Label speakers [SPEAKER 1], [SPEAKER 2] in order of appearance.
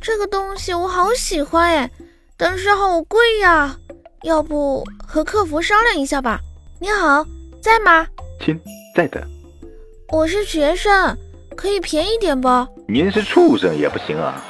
[SPEAKER 1] 这个东西我好喜欢哎，但是好贵呀、要不和客服商量一下吧？你好，在吗？
[SPEAKER 2] 亲，在的。
[SPEAKER 1] 我是学生，可以便宜点不？
[SPEAKER 2] 您是畜生也不行啊！